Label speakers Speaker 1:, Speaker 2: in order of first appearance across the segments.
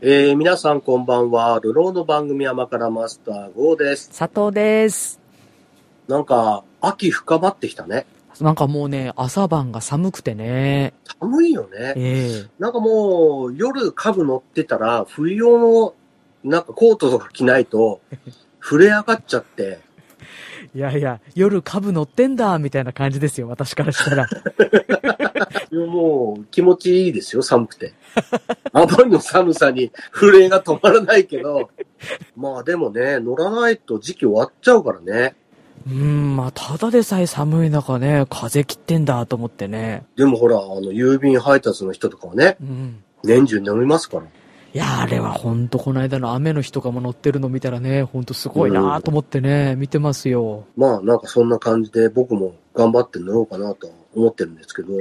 Speaker 1: えー、皆さんこんばんは。流浪の番組山からマスター GO です。
Speaker 2: 佐藤です。
Speaker 1: なんか、秋深まってきたね。
Speaker 2: なんかもうね、朝晩が寒くてね。
Speaker 1: 寒いよね。
Speaker 2: ええ
Speaker 1: なんかもう、夜家具乗ってたら、冬用の、なんかコートとか着ないと、触れ上がっちゃって、
Speaker 2: いやいや、夜株乗ってんだ、みたいな感じですよ、私からしたら。
Speaker 1: もう気持ちいいですよ、寒くて。あまりの寒さに震えが止まらないけど、まあでもね、乗らないと時期終わっちゃうからね。
Speaker 2: うーん、まあ、ただでさえ寒い中ね、風邪切ってんだ、と思ってね。
Speaker 1: でもほら、あの、郵便配達の人とかはね、
Speaker 2: うん。
Speaker 1: 年中飲みますから。
Speaker 2: いや、あれはほんとこの間の雨の日とかも乗ってるの見たらね、ほんとすごいなと思ってね、見てますよ。
Speaker 1: まあなんかそんな感じで僕も頑張って乗ろうかなとは思ってるんですけど、
Speaker 2: は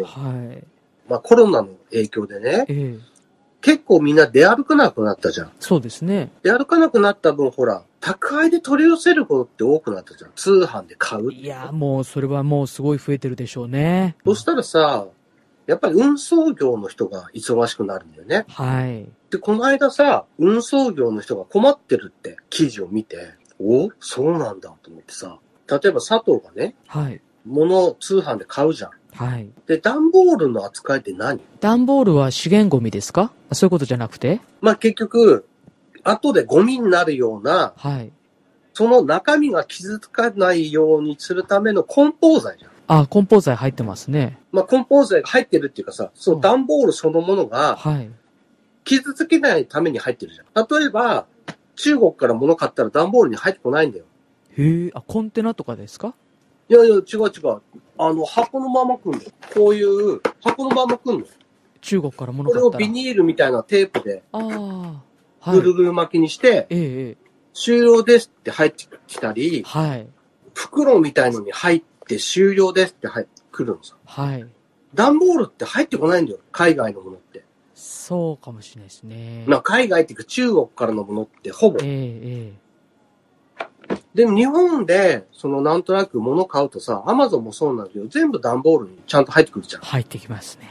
Speaker 2: い。
Speaker 1: まあコロナの影響でね、
Speaker 2: ええ
Speaker 1: 結構みんな出歩かなくなったじゃん。
Speaker 2: そうですね。
Speaker 1: 出歩かなくなった分ほら、宅配で取り寄せることって多くなったじゃん。通販で買う。
Speaker 2: いや、もうそれはもうすごい増えてるでしょうね。
Speaker 1: そしたらさ、やっぱり運送業の人が忙しくなるんだよね。
Speaker 2: はい。
Speaker 1: で、この間さ、運送業の人が困ってるって記事を見て、おそうなんだと思ってさ、例えば佐藤がね、
Speaker 2: はい。
Speaker 1: 物を通販で買うじゃん。
Speaker 2: はい。
Speaker 1: で、段ボールの扱いって何
Speaker 2: 段ボールは資源ゴミですかそういうことじゃなくて
Speaker 1: まあ、結局、後でゴミになるような、
Speaker 2: はい。
Speaker 1: その中身が傷つかないようにするための梱包材じゃん。
Speaker 2: あ、梱包材入ってますね。
Speaker 1: まあ、梱包材が入ってるっていうかさ、その段ボールそのものが
Speaker 2: はい。
Speaker 1: 傷つけないために入ってるじゃん。例えば、中国から物買ったら段ボールに入ってこないんだよ。
Speaker 2: へえ、あ、コンテナとかですか
Speaker 1: いやいや、違う違う。あの、箱のまま来んの。こういう、箱のまま来んの。
Speaker 2: 中国から物
Speaker 1: これ
Speaker 2: 買
Speaker 1: を
Speaker 2: ったら
Speaker 1: ビ。ニールみたいなテープで、
Speaker 2: ああ、は
Speaker 1: ぐ
Speaker 2: い。
Speaker 1: るぐる巻きにして、
Speaker 2: えええ
Speaker 1: 終了ですって入ってきた
Speaker 2: え、
Speaker 1: り、
Speaker 2: はい。
Speaker 1: 袋みたいのに入って終了ですって入ってくるのさ。
Speaker 2: はい。
Speaker 1: 段ボールって入ってこないんだよ。海外のものって。
Speaker 2: そうかもしれないですね。
Speaker 1: まあ、海外っていうか中国からのものってほぼ
Speaker 2: え。ええ
Speaker 1: でも日本で、そのなんとなく物買うとさ、アマゾンもそうなんだけど、全部段ボールにちゃんと入ってくるじゃん
Speaker 2: え。入ってきますね。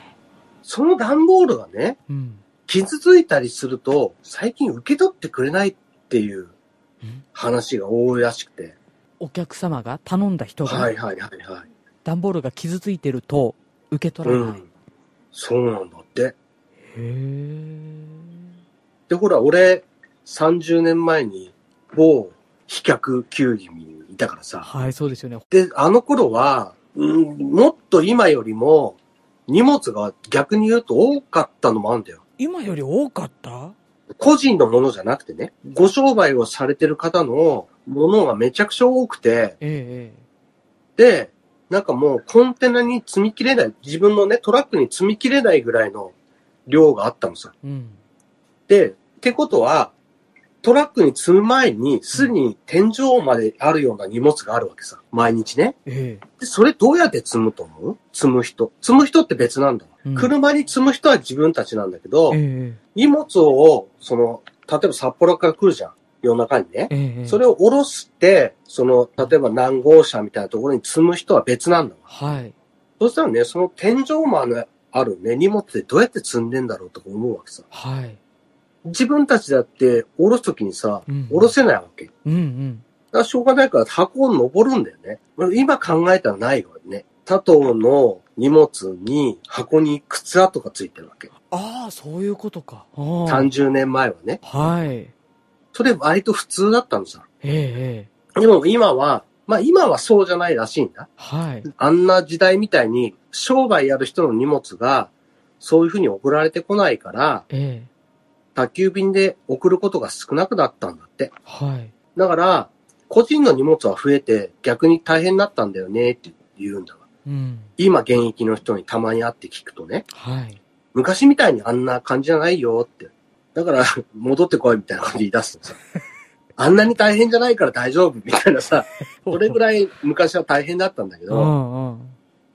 Speaker 1: その段ボールがね、
Speaker 2: うん。
Speaker 1: 傷ついたりすると、最近受け取ってくれないっていう話が多いらしくて。
Speaker 2: お客様が頼んだ人
Speaker 1: は
Speaker 2: が
Speaker 1: いはいはいはい。
Speaker 2: 段ボールが傷ついてると受け取ら
Speaker 1: う
Speaker 2: ない。
Speaker 1: ん。そうなんだって。
Speaker 2: へ
Speaker 1: で、ほら、俺、30年前に某飛脚球技にいたから
Speaker 2: え。
Speaker 1: さ。
Speaker 2: はい、そうですよね。
Speaker 1: で、あの頃は、うん、もっと今よりも、荷物が逆に言うと多かったのもあるんだよ。
Speaker 2: 今より多かった
Speaker 1: 個人のものじゃなくてね、ご商売をされてる方のものがめちゃくちゃ多くて、
Speaker 2: えええ
Speaker 1: で、なんかもうコンテナに積みきれない、自分のね、トラックに積みきれないぐらいの量があったのさ。
Speaker 2: え。うん。
Speaker 1: で、ってことは、トラックに積む前に、すでに天井まであるような荷物があるわけさ。毎日ね。
Speaker 2: ええ。
Speaker 1: で、それどうやって積むと思う積む人。積む人って別なんだ
Speaker 2: う
Speaker 1: わ。
Speaker 2: ん
Speaker 1: 車に積む人は自分たちなんだけど
Speaker 2: え、え
Speaker 1: 荷物を、その、例えば札幌から来るじゃん。夜中にね。
Speaker 2: ええええ。
Speaker 1: それを下ろして、その、例えば何号車みたいなところに積む人は別なんだわ。
Speaker 2: はい。
Speaker 1: そしたらね、その天井まであるね、荷物ってどうやって積んでんだろうとか思うわけさ。
Speaker 2: はい。
Speaker 1: 自分たちだって下ろすときにさ、
Speaker 2: うん
Speaker 1: 下ろせないわけ。だか
Speaker 2: うんうん。
Speaker 1: らしょうがないから箱を登るんだよね。今考えたらないわね。佐藤の荷物に箱に靴跡がついてるわけ。
Speaker 2: ああ、そういうことか。あー
Speaker 1: 30年前はね。
Speaker 2: はい。え
Speaker 1: それ割と普通だったのさ。
Speaker 2: えええ。
Speaker 1: でも今は、まあ今はそうじゃないらしいんだ。
Speaker 2: はい。
Speaker 1: あんな時代みたいに商売やる人の荷物がそういうふうに送られてこないから、
Speaker 2: ええ。
Speaker 1: 宅急便で送ることが少なくなったんだって。
Speaker 2: はい。
Speaker 1: だから、個人の荷物は増えて逆に大変になったんだよねって言うんだわ。
Speaker 2: うん。
Speaker 1: 今現役の人にたまに会って聞くとね、
Speaker 2: はい。
Speaker 1: 昔みたいにあんな感じじゃないよって。だから、 戻ってこいみたいなこと言い出すとさ、あんなに大変じゃないから大丈夫みたいなさ、これぐらい昔は大変だったんだけ
Speaker 2: う
Speaker 1: ど、
Speaker 2: んうん。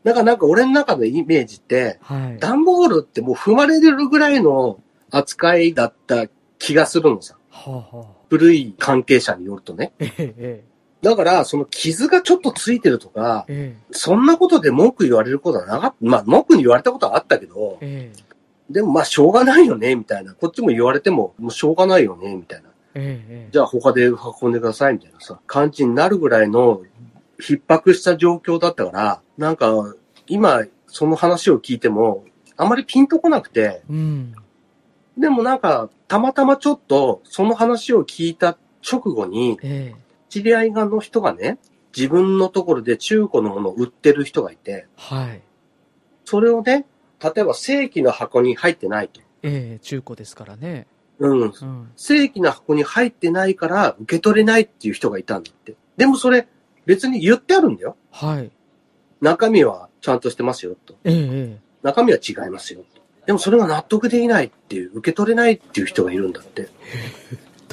Speaker 1: だからなんか俺の中のイメージって、
Speaker 2: はい。
Speaker 1: 段ボールってもう踏まれるぐらいの扱いだった気がするのさ。
Speaker 2: はあはあ。
Speaker 1: 古い関係者によるとね。
Speaker 2: えええ
Speaker 1: だから、その傷がちょっとついてるとか、
Speaker 2: え。え
Speaker 1: そんなことで文句言われることはなかった。まあ、文句に言われたことはあったけど
Speaker 2: え。、ええ。
Speaker 1: でもまあしょうがないよね、みたいな。こっちも言われても、もうしょうがないよね、みたいな。
Speaker 2: ええええ
Speaker 1: じゃあ他で運んでください、みたいなさ、感じになるぐらいの逼迫した状況だったから、なんか、今、その話を聞いても、あまりピンとこなくて、
Speaker 2: うん。
Speaker 1: でもなんか、たまたまちょっと、その話を聞いた直後に、
Speaker 2: ええ
Speaker 1: 知り合いがの人がね、自分のところで中古のものを売ってる人がいて、
Speaker 2: はい。
Speaker 1: それをね、例えば正規の箱に入ってないと。
Speaker 2: ええ中古ですからね。
Speaker 1: うん。
Speaker 2: うん。
Speaker 1: 正規の箱に入ってないから受け取れないっていう人がいたんだって。でもそれ、別に言ってあるんだよ。
Speaker 2: はい。
Speaker 1: 中身はちゃんとしてますよ、と。
Speaker 2: ええええ
Speaker 1: 中身は違いますよ、と。でもそれが納得できないっていう、受け取れないっていう人がいるんだって。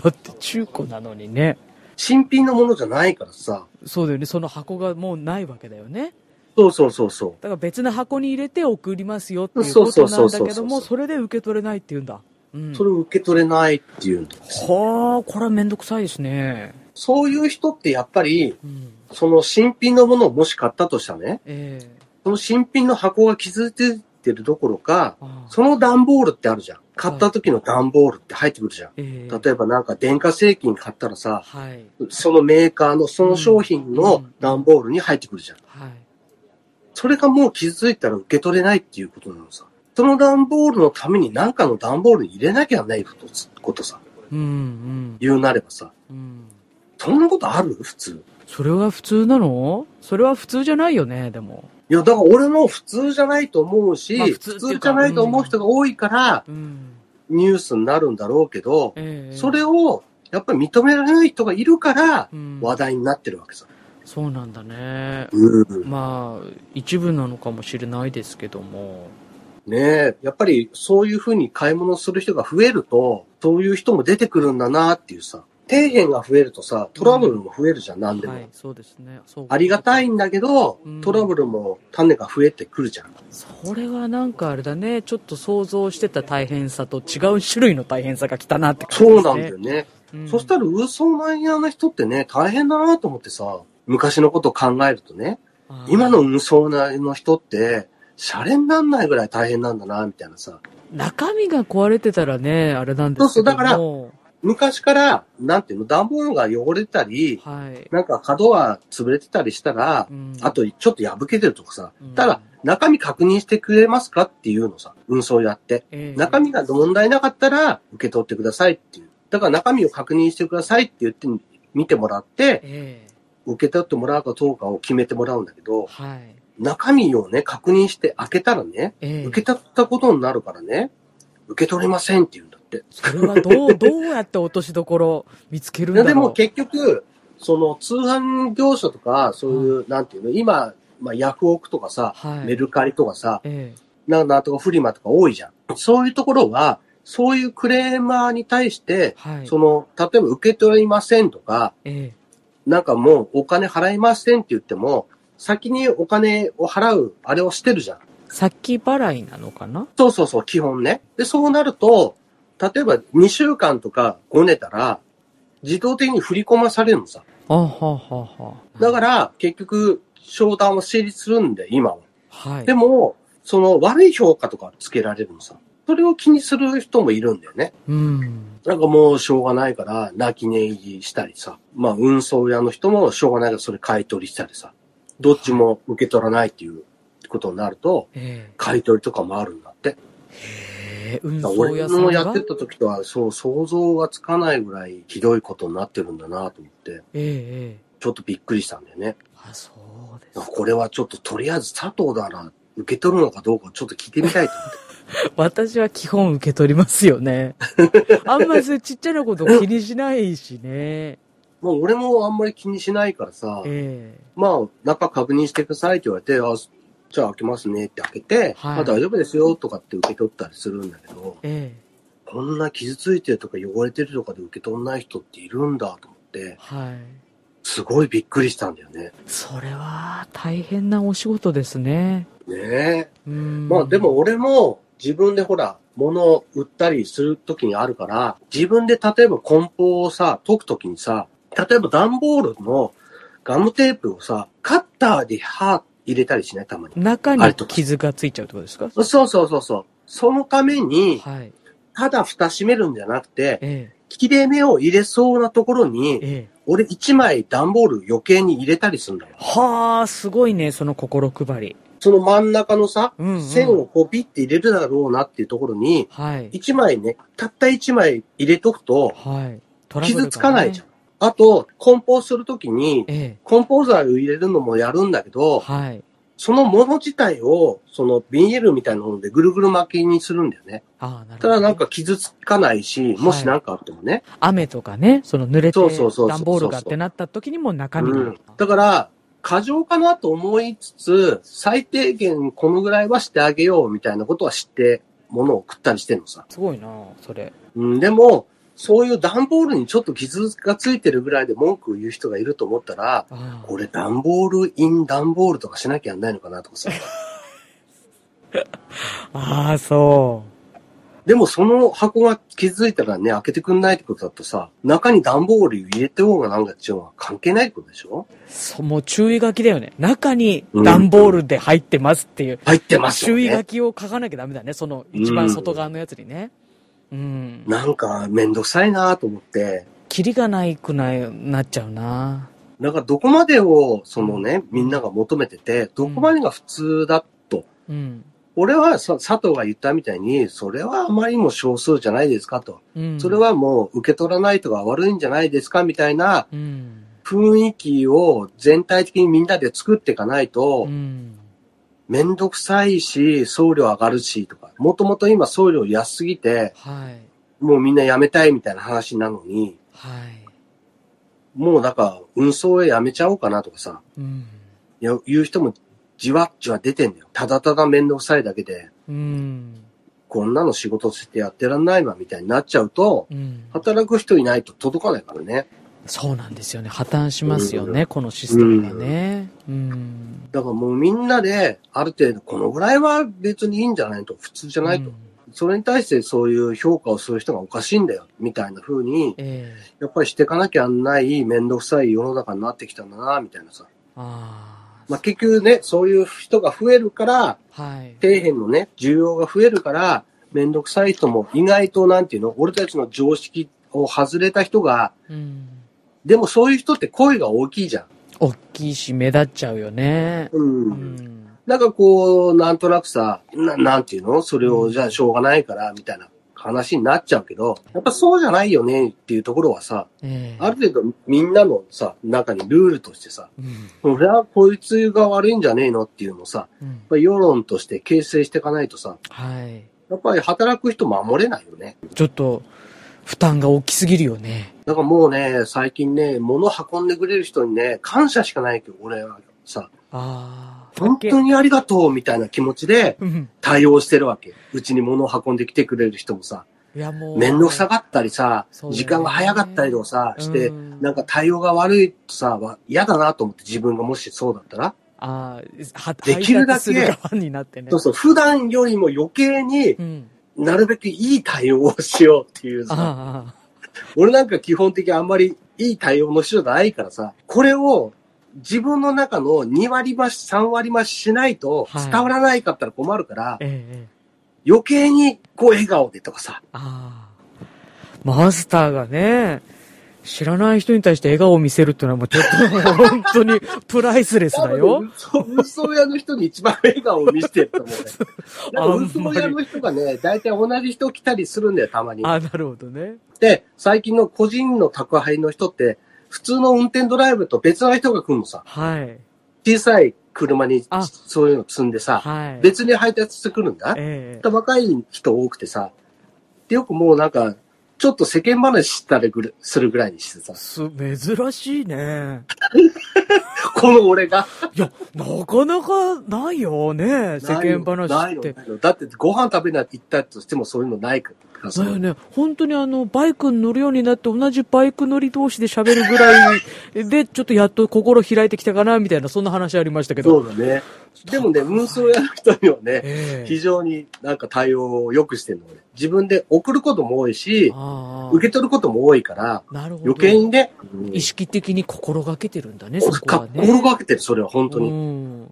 Speaker 2: だって中古なのにね。
Speaker 1: 新品のものじゃないからさ。
Speaker 2: そうだよね。その箱がもうないわけだよね。
Speaker 1: そうそうそうそう。
Speaker 2: だから別の箱に入れて送りますよっていう
Speaker 1: そう
Speaker 2: こ
Speaker 1: そ
Speaker 2: と
Speaker 1: うそ
Speaker 2: な
Speaker 1: うんそう
Speaker 2: だけども、それで受け取れないっていうんだ。うん。
Speaker 1: それを受け取れないっていうんだ。
Speaker 2: はあ、これはめんどくさいですね。
Speaker 1: そういう人ってやっぱり、
Speaker 2: うん。
Speaker 1: その新品のものをもし買ったとしたらね、
Speaker 2: ええ
Speaker 1: その新品の箱が傷ついてるどころか、
Speaker 2: ああ
Speaker 1: その段ボールってあるじゃん。買った時の段ボールって入ってくるじゃん。
Speaker 2: ええ
Speaker 1: 例えばなんか電化製品買ったらさ、
Speaker 2: はい。
Speaker 1: そのメーカーのその商品
Speaker 2: う
Speaker 1: の
Speaker 2: ん
Speaker 1: 段ボールに入ってくるじゃん。
Speaker 2: はい。
Speaker 1: それがもう傷ついたら受け取れないっていうことなのさ。その段ボールのために何かの段ボールに入れなきゃないことことさ、
Speaker 2: うんうん。
Speaker 1: 言うなればさ。
Speaker 2: うん。
Speaker 1: そんなことある普通。
Speaker 2: それは普通なのそれは普通じゃないよね、でも。
Speaker 1: いや、だから俺も普通じゃないと思うし、
Speaker 2: まあ
Speaker 1: 普
Speaker 2: 普
Speaker 1: 通
Speaker 2: 通っていう
Speaker 1: じゃ
Speaker 2: か
Speaker 1: ないと思う人が多いから、
Speaker 2: うん。
Speaker 1: ニュースになるんだろうけど、
Speaker 2: ええ
Speaker 1: それを、やっぱり認められない人がいるから、
Speaker 2: うん
Speaker 1: 話題になってるわけさ。
Speaker 2: そうなんだね。
Speaker 1: うん。
Speaker 2: まあ、一部なのかもしれないですけども。
Speaker 1: ねえ、やっぱりそういうふうに買い物する人が増えると、そういう人も出てくるんだなっていうさ、底辺が増えるとさ、トラブルも増えるじゃん、何でも。
Speaker 2: はい、そうですね。そう
Speaker 1: ありがたいんだけど
Speaker 2: う、ん
Speaker 1: トラブルも種が増えてくるじゃん。
Speaker 2: それはなんかあれだね、ちょっと想像してた大変さと違う種類の大変さが来たなって感じ
Speaker 1: そ
Speaker 2: で
Speaker 1: う
Speaker 2: すね。
Speaker 1: なんだよね。
Speaker 2: うん
Speaker 1: そしたら、嘘マニアの人ってね、大変だなと思ってさ、昔のことを考えるとね、
Speaker 2: あー
Speaker 1: 今の嘘マニアの人って、シャレになんないぐらい大変なんだな、みたいなさ。
Speaker 2: 中身が壊れてたらね、あれなんですけども。
Speaker 1: そうそうだから昔から、なんていうの、段ボールが汚れたり、
Speaker 2: はい。
Speaker 1: なんか角は潰れてたりしたら
Speaker 2: う、ん
Speaker 1: あ、とちょっと破けてるとかさ
Speaker 2: う、ん
Speaker 1: ただ、中身確認してくれますかっていうのさ、運送やって。
Speaker 2: ええ
Speaker 1: 中身が問題なかったら、受け取ってくださいっていう。だから中身を確認してくださいって言って、見てもらって、
Speaker 2: ええ
Speaker 1: 受け取ってもらうかどうかを決めてもらうんだけど、
Speaker 2: はい。
Speaker 1: 中身をね、確認して開けたらね、
Speaker 2: ええ
Speaker 1: 受け取ったことになるからね、受け取れませんって言うんだって。
Speaker 2: それはどう、どうやって落としどころ見つけるん
Speaker 1: い
Speaker 2: だろ
Speaker 1: や
Speaker 2: う。
Speaker 1: でも結局、その通販業者とか、そういう、なんていうの、今、まあ、ヤフオクとかさ、
Speaker 2: はい。
Speaker 1: メルカリとかさ、
Speaker 2: え
Speaker 1: なんなんとかフリマとか多いじゃん。そういうところは、そういうクレーマーに対して
Speaker 2: え、はい。
Speaker 1: その、例えば受け取りませんとか、
Speaker 2: え
Speaker 1: なんかもうお金払いませんって言っても、先にお金を払う、あれをしてるじゃん。
Speaker 2: え先払いなのかな
Speaker 1: そうそうそう、基本ね。で、そうなると、例えば2週間とかごねたら、自動的に振り込まされるのさ。
Speaker 2: あははは、
Speaker 1: だからら、結局、商談は成立するんで、今は。
Speaker 2: はい。
Speaker 1: でも、その悪い評価とかつけられるのさ。それを気にする人もいるんだよね。
Speaker 2: うん。
Speaker 1: なんかもうしょうがないから、泣き寝入りしたりさ。まあ、運送屋の人もしょうがないからそれ買い取りしたりさ。どっちも受け取らないっていうことになると、
Speaker 2: え
Speaker 1: 買い取りとかもあるんだって。
Speaker 2: えええ運送
Speaker 1: 俺
Speaker 2: 屋さん
Speaker 1: の
Speaker 2: が。
Speaker 1: やってた時とは、そう、想像がつかないぐらいひどいことになってるんだなと思って、
Speaker 2: ええええ
Speaker 1: ちょっとびっくりしたんだよね。
Speaker 2: あ、そうですか。
Speaker 1: これはちょっととりあえず佐藤なら受け取るのかどうかちょっと聞いてみ たいと思って。
Speaker 2: 私は基本受け取りますよ ね。あんまりそういうちっちゃなこと気にしないしね。
Speaker 1: まあ俺もあんまり気にしないからさ、
Speaker 2: え
Speaker 1: まあ中確認してくださいって言われて、あ、じゃあ開けますねって開けて、
Speaker 2: はい
Speaker 1: まあ大丈夫ですよとかって受け取ったりするんだけど
Speaker 2: え、ええ
Speaker 1: こんな傷ついてるとか汚れてるとかで受け取んない人っているんだと思って、
Speaker 2: はい。
Speaker 1: すごいびっくりしたんだよね。
Speaker 2: それは大変なお仕事ですね。
Speaker 1: ねえ。
Speaker 2: うん。
Speaker 1: まあでも、俺も自分でほら、物を売ったりするときにあるから、自分で例えば梱包をさ、解くときにさ、例えば段ボールのガムテープをさ、カッターで歯入れたりしないたまに。
Speaker 2: 中
Speaker 1: あれ
Speaker 2: に
Speaker 1: とか
Speaker 2: 傷がついちゃうってことですか
Speaker 1: そうそうそうそう。そのために、
Speaker 2: はい。
Speaker 1: ただ蓋閉めるんじゃなくて、
Speaker 2: え
Speaker 1: 切れ目を入れそうなところ
Speaker 2: え、
Speaker 1: に、
Speaker 2: ええ。
Speaker 1: 俺一枚段ボール余計に入れたりするんだよ。
Speaker 2: はあ、すごいね、その心配り。
Speaker 1: その真ん中のさ、
Speaker 2: うん、うん。
Speaker 1: 線をこうピッて入れるだろうなっていうところに、
Speaker 2: はい。
Speaker 1: 一枚ね、たった一枚入れとくと、
Speaker 2: はい。トラブルがね
Speaker 1: 傷つかないじゃん。。あと、梱包するときに、
Speaker 2: ええ。
Speaker 1: 梱包材を入れるのもやるんだけど、
Speaker 2: はい。
Speaker 1: そのもの自体を、そのビニールみたいなものでぐるぐる巻きにするんだよね。
Speaker 2: ああ、なる
Speaker 1: た
Speaker 2: ほど。
Speaker 1: だなんか傷つかないし、
Speaker 2: い
Speaker 1: もしなんかあってもね。
Speaker 2: 雨とかね、その濡れて、
Speaker 1: そうそうそうそう
Speaker 2: 段ボールがってなった時にも中身
Speaker 1: う
Speaker 2: が、
Speaker 1: ん。だから、過剰かなと思いつつ、最低限このぐらいはしてあげようみたいなことは知って、物を送ったりしてんのさ。
Speaker 2: すごいなそれ。
Speaker 1: うん、でも、そういう段ボールにちょっと傷がついてるぐらいで文句を言う人がいると思ったら、
Speaker 2: ああ
Speaker 1: これ段ボールイン段ボールとかしなきゃやんないのかな とかさ。
Speaker 2: ああ、そ
Speaker 1: でもその箱が気づいたらね、開けてくんないってことだとさ、中に段ボール入れてようがなんかっていうのは関係ないってことでしょ
Speaker 2: う。そもう注意書きだよね。中に段ボールで入ってますっていう。
Speaker 1: 入ってますよ
Speaker 2: 注意書
Speaker 1: ね。
Speaker 2: きを書かなきゃダメだね。その一番外側のやつにね。うん。
Speaker 1: なんかめんどくさいなと思って、
Speaker 2: キリがないくない、なっちゃうな
Speaker 1: なんかどこまでをそのね、みんなが求めてて、どこまでが普通だと。
Speaker 2: うん。
Speaker 1: 俺はさ佐藤が言ったみたいに、それはあまりにも少数じゃないですかと。
Speaker 2: うん。
Speaker 1: それ、はもう受け取らないとか悪いんじゃないですかみたいな
Speaker 2: うん。
Speaker 1: 雰囲気を全体的にみんなで作っていかないと、
Speaker 2: うん。
Speaker 1: めんどくさいし、送料上がるしとか、もともと今送料安すぎて、
Speaker 2: はい。
Speaker 1: もうみんなやめたいみたいな話なのに、
Speaker 2: はい。
Speaker 1: もうだから運送へやめちゃおうかなとかさ、
Speaker 2: うん。
Speaker 1: いや言う人もじわっじわ出てんだよ。ただただめんどくさいだけで、
Speaker 2: うん。
Speaker 1: こんなの仕事してやってらんないわみたいになっちゃうと、
Speaker 2: うん。
Speaker 1: 働く人いないと届かないからね。
Speaker 2: そうなんですよね。破綻しますよね、このシス
Speaker 1: ス
Speaker 2: テ
Speaker 1: テ
Speaker 2: ム
Speaker 1: ム
Speaker 2: が
Speaker 1: が
Speaker 2: ね。うん。
Speaker 1: だからもうみんなで、ある程度このぐらいは別にいいんじゃないと、普通じ
Speaker 2: じ
Speaker 1: ゃないと。それに対してそういう評価をする人がおかしいんだよ、みたいな風に
Speaker 2: ええ
Speaker 1: やっぱりしていかなきゃなんない、めんどくさい世の中になってきたんだな、みたいなさ。
Speaker 2: ああ、
Speaker 1: まあ、結局ね、そういう人が増えるから、
Speaker 2: はい。
Speaker 1: 底辺のね、需要が増えるから、めんどくさい人も意外と、なんていうの、俺たちの常識を外れた人が、
Speaker 2: うん。
Speaker 1: でもそういう人って声が大きいじゃん。
Speaker 2: 大きいし、目立っちゃうよね。
Speaker 1: うん。
Speaker 2: うん。
Speaker 1: なんかこう、なんとなくさ、ななんていうのそれを、じゃあしょうがないから、みたいな話になっちゃうけど、やっぱそうじゃないよねっていうところはさ、
Speaker 2: ええ
Speaker 1: ある程度みんなのさ、中にルールとしてさ、
Speaker 2: うん。
Speaker 1: 俺はこいつが悪いんじゃねえのっていうのをさ、
Speaker 2: うん
Speaker 1: やっ。ぱり世論として形成していかないとさ、
Speaker 2: はい。
Speaker 1: やっぱり働く人守れないよね。
Speaker 2: ちょっと、負担が大きすぎるよね。
Speaker 1: だからもうね、最近ね、物運んでくれる人にね、感謝しかないけど、俺はさ、
Speaker 2: ああ。
Speaker 1: 本当にありがとうみたいな気持ちで
Speaker 2: うん。
Speaker 1: 対応してるわけ。うちに物を運んできてくれる人もさ、
Speaker 2: いや、もう。
Speaker 1: 面倒くさかったりさ、
Speaker 2: そうだよね
Speaker 1: 時間が早かったりとかさ、して、
Speaker 2: うん
Speaker 1: なんか対応が悪いとさ、わ嫌だなと思って自分がもしそうだったら。
Speaker 2: ああ、は、
Speaker 1: できるだけ
Speaker 2: 配達する側になってね。
Speaker 1: そうそう、普段よりも余計に
Speaker 2: うん。
Speaker 1: なるべくいい対応をしようっていうさ、
Speaker 2: あ
Speaker 1: 俺なんか基本的にあんまりいい対応の人じゃないからさ、これを自分の中の2割増し、3割増ししないと
Speaker 2: はい
Speaker 1: 伝わらないかったら困るから、
Speaker 2: あ。ええええ。
Speaker 1: 余計にこう笑顔でとかさ、
Speaker 2: ああ。マスターがね、知らない人に対して笑顔を見せるっていうのはもうちょっと 本当にプライスレスだ
Speaker 1: 多
Speaker 2: よ
Speaker 1: 分。そう運送屋の人に一番笑顔を見せてると 思うね。なんか運送屋の人がね、大体同じ人来たりするんだよ、たまに。
Speaker 2: あなるほどね。
Speaker 1: で、最近の個人の宅配の人って、普通の運転ドライブと別の人が来るのさ。
Speaker 2: はい。
Speaker 1: 小さい車に
Speaker 2: あ
Speaker 1: そういうの積んでさ、
Speaker 2: はい。
Speaker 1: 別に配達してくるんだ。
Speaker 2: ええ
Speaker 1: 若い人多くてさ、でよくもうなんか、ちょっと世間話したりぐるするぐらいにしてさ、
Speaker 2: す、珍しいね。
Speaker 1: この俺が。
Speaker 2: いや、なかなかないよね、世間
Speaker 1: ない
Speaker 2: 話っ
Speaker 1: の
Speaker 2: て。
Speaker 1: ないのだってご飯食べないって言ったとしてもそういうのないからさ
Speaker 2: だ。よね。本当にあの、バイクに乗るようになって同じバイク乗り同士で喋るぐらいで、ちょっとやっと心開いてきたかな、みたいな、そんな話ありましたけど。
Speaker 1: そうだね。でもね、運送屋の人にはね、
Speaker 2: ええ
Speaker 1: 非常になんか対応を良くしてるのね。自分で送ることも多いし、
Speaker 2: ああ。
Speaker 1: 受け取ることも多いから、
Speaker 2: なるほど。
Speaker 1: 余計にね、
Speaker 2: 意識的に心がけてるんだね、そ
Speaker 1: お
Speaker 2: こはね。
Speaker 1: 心がけてる、それは本当に。
Speaker 2: うん。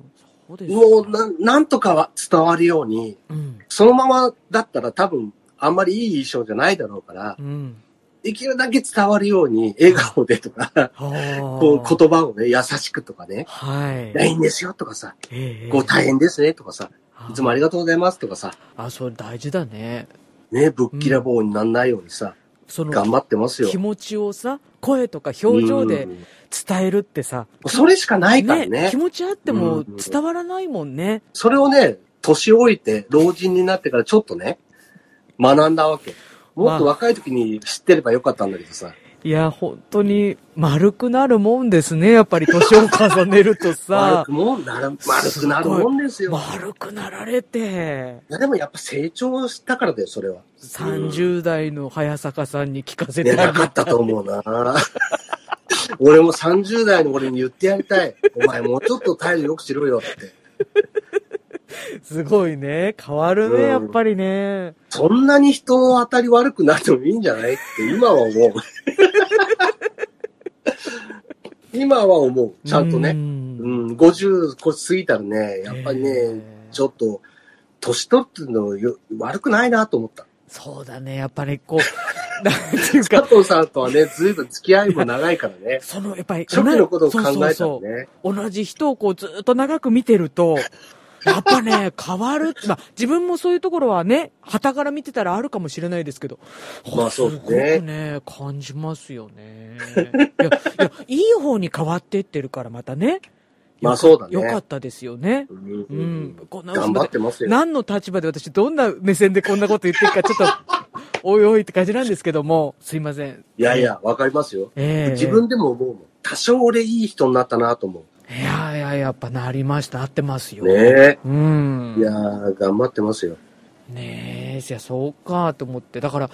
Speaker 2: そうです
Speaker 1: もうな、なんとかは伝わるように、
Speaker 2: うん。
Speaker 1: そのままだったら多分、あんまりいい印象じゃないだろうから
Speaker 2: う、ん。
Speaker 1: できるだけ伝わるように、笑顔でとか、
Speaker 2: はあ。
Speaker 1: こう言葉をね、優しくとかね、
Speaker 2: はい。
Speaker 1: ないんですよとかさ、
Speaker 2: ええ
Speaker 1: ご大変ですねとかさ、いつもありがとうございますとかさ、
Speaker 2: あ、それ大事だね。
Speaker 1: ね、ぶっきらぼうにならないようにさ、
Speaker 2: そ
Speaker 1: 頑
Speaker 2: の
Speaker 1: 張ってますよ
Speaker 2: 気。持ちをさ、声とか表情で
Speaker 1: うん
Speaker 2: 伝えるってさ、
Speaker 1: それしかないから
Speaker 2: ね
Speaker 1: ね
Speaker 2: 気。持ちあっても
Speaker 1: うん
Speaker 2: 伝わらないもんね。
Speaker 1: それをね、年老いて、老人になってからちょっとね、学んだわけ。もっと若い時に知ってればよかったんだけどさ。
Speaker 2: いや、本当に丸くなるもんですね。やっぱり年を重ねるとさ
Speaker 1: 丸く、もなる、丸くなるもんですよ。
Speaker 2: 丸くなられて、
Speaker 1: いやでもやっぱ成長したからだよ、それは。
Speaker 2: 30代の早坂さんに聞かせて
Speaker 1: ね、
Speaker 2: あ
Speaker 1: な
Speaker 2: げ
Speaker 1: か
Speaker 2: る
Speaker 1: ったと思うな。 俺も30代の俺に言ってやりたい。お前もうちょっと態度よくしろよって。
Speaker 2: すごいね。変わるね、
Speaker 1: うん
Speaker 2: やっぱりね。
Speaker 1: そんなに人の当たり悪くなってもいいんじゃないって今は思う。 今は思う。ちゃんと
Speaker 2: う。
Speaker 1: ね。うんん、50こ過ぎたらね、やっぱりね、
Speaker 2: ええ
Speaker 1: ちょっと、年取ってるのよ悪くないなと思った。
Speaker 2: そうだね、やっぱりこう、 なんていう
Speaker 1: 加
Speaker 2: か、
Speaker 1: 藤さんとはね、ずいぶん付き合いも長いからね。
Speaker 2: その、やっぱり、
Speaker 1: 初期のことを考えたらね。
Speaker 2: そうそうそう同じ人をこうずっと長く見てる と、やっぱね、変わる。まあ、自分もそういうところはね、旗から見てたらあるかもしれないですけど、
Speaker 1: まあそう
Speaker 2: す
Speaker 1: だね
Speaker 2: ごくね、感じますよね。いや、いや、いい方に変わっていってるから、またね。
Speaker 1: まあそうだね
Speaker 2: よかったですよね。
Speaker 1: うん
Speaker 2: う。
Speaker 1: うんん
Speaker 2: こんな
Speaker 1: 頑張ってますよ。
Speaker 2: 何の立場で私どんな目線でこんなこと言ってるかちょっと、 おいおいって感じなんですけども、すいません。
Speaker 1: いやいや、わかりますよ。
Speaker 2: ええ
Speaker 1: 自分でも思うもん。多少俺いい人になったなと思
Speaker 2: いやいや、やっぱなりました。なってますよ。
Speaker 1: う。ね
Speaker 2: うん。
Speaker 1: え。いやー、頑張ってますよ。
Speaker 2: ねえ、じゃそうかと思って。だから、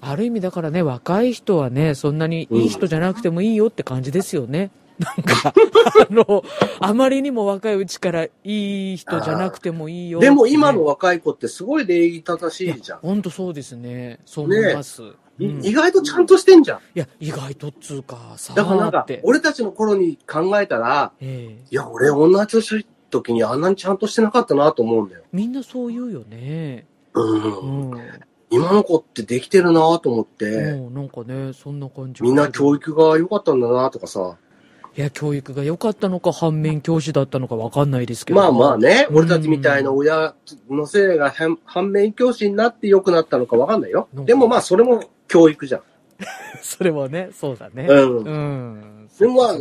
Speaker 2: ある意味だからね、若い人はね、そんなにいい人じゃなくてもいいよって感じですよ ね。なんか、あの、あまりにも若いうちからいい人じゃなくてもいいよ。
Speaker 1: でも今の若い子ってすごい礼儀正し
Speaker 2: いや
Speaker 1: いじゃん。
Speaker 2: ほんとそうですね。そう思います。
Speaker 1: い
Speaker 2: うん
Speaker 1: 意外とちゃんとしてんじゃん。
Speaker 2: いや、意外とっつうか、さ
Speaker 1: だからなん
Speaker 2: あっ
Speaker 1: か
Speaker 2: て、。
Speaker 1: 俺たちの頃に考えたら、
Speaker 2: ええ
Speaker 1: いや、俺同じ時にあんなにちゃんとしてなかったなと思うんだよ。
Speaker 2: みんなそう言うよね。う
Speaker 1: うん。
Speaker 2: ん。も
Speaker 1: 今の子ってできてるなと思って、
Speaker 2: うなんかね、そんな感じ。
Speaker 1: みんな教。育が良かったんだなとかさ。
Speaker 2: いや、教育が良かったのか、反面教師だったのかわかんないですけど。
Speaker 1: まあまあ
Speaker 2: ね。
Speaker 1: ね、
Speaker 2: うん
Speaker 1: 俺たちみたいな親のせいが反反面教師になって良くなったのかわかんないよ。
Speaker 2: うん
Speaker 1: でもまあそれも教育じゃん。
Speaker 2: それはね、そうだね。
Speaker 1: うん。
Speaker 2: うん。
Speaker 1: でもまあ、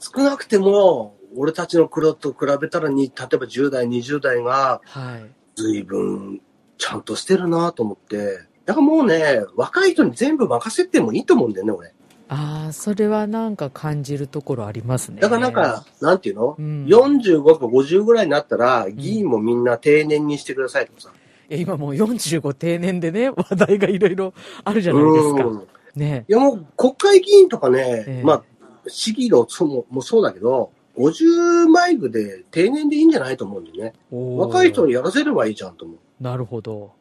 Speaker 1: 少なくても、俺たちの頃と比べたらに、例えば10代、20代が、
Speaker 2: はい。
Speaker 1: 随分、ちゃんとしてるなと思って。だからもうね、若い人に全部任せてもいいと思うんだよね、俺。
Speaker 2: ああ、それはなんか感じるところありますね。
Speaker 1: だからなんか、、なんていうの、
Speaker 2: うん、
Speaker 1: 45か50ぐらいになったら、議員もみんな定年にしてくださいとかさ。
Speaker 2: いや今もう45定年でね、 話題がいろいろあるじゃないです
Speaker 1: う
Speaker 2: か。
Speaker 1: ん
Speaker 2: ね。
Speaker 1: いやもう国会議員とかね、
Speaker 2: ええ
Speaker 1: まあ、市議のそももそうだけど、50マイクで定年でいいんじゃないと思うんだよね。若い人
Speaker 2: に。
Speaker 1: にやらせればいいじゃんと思う。
Speaker 2: なるほど。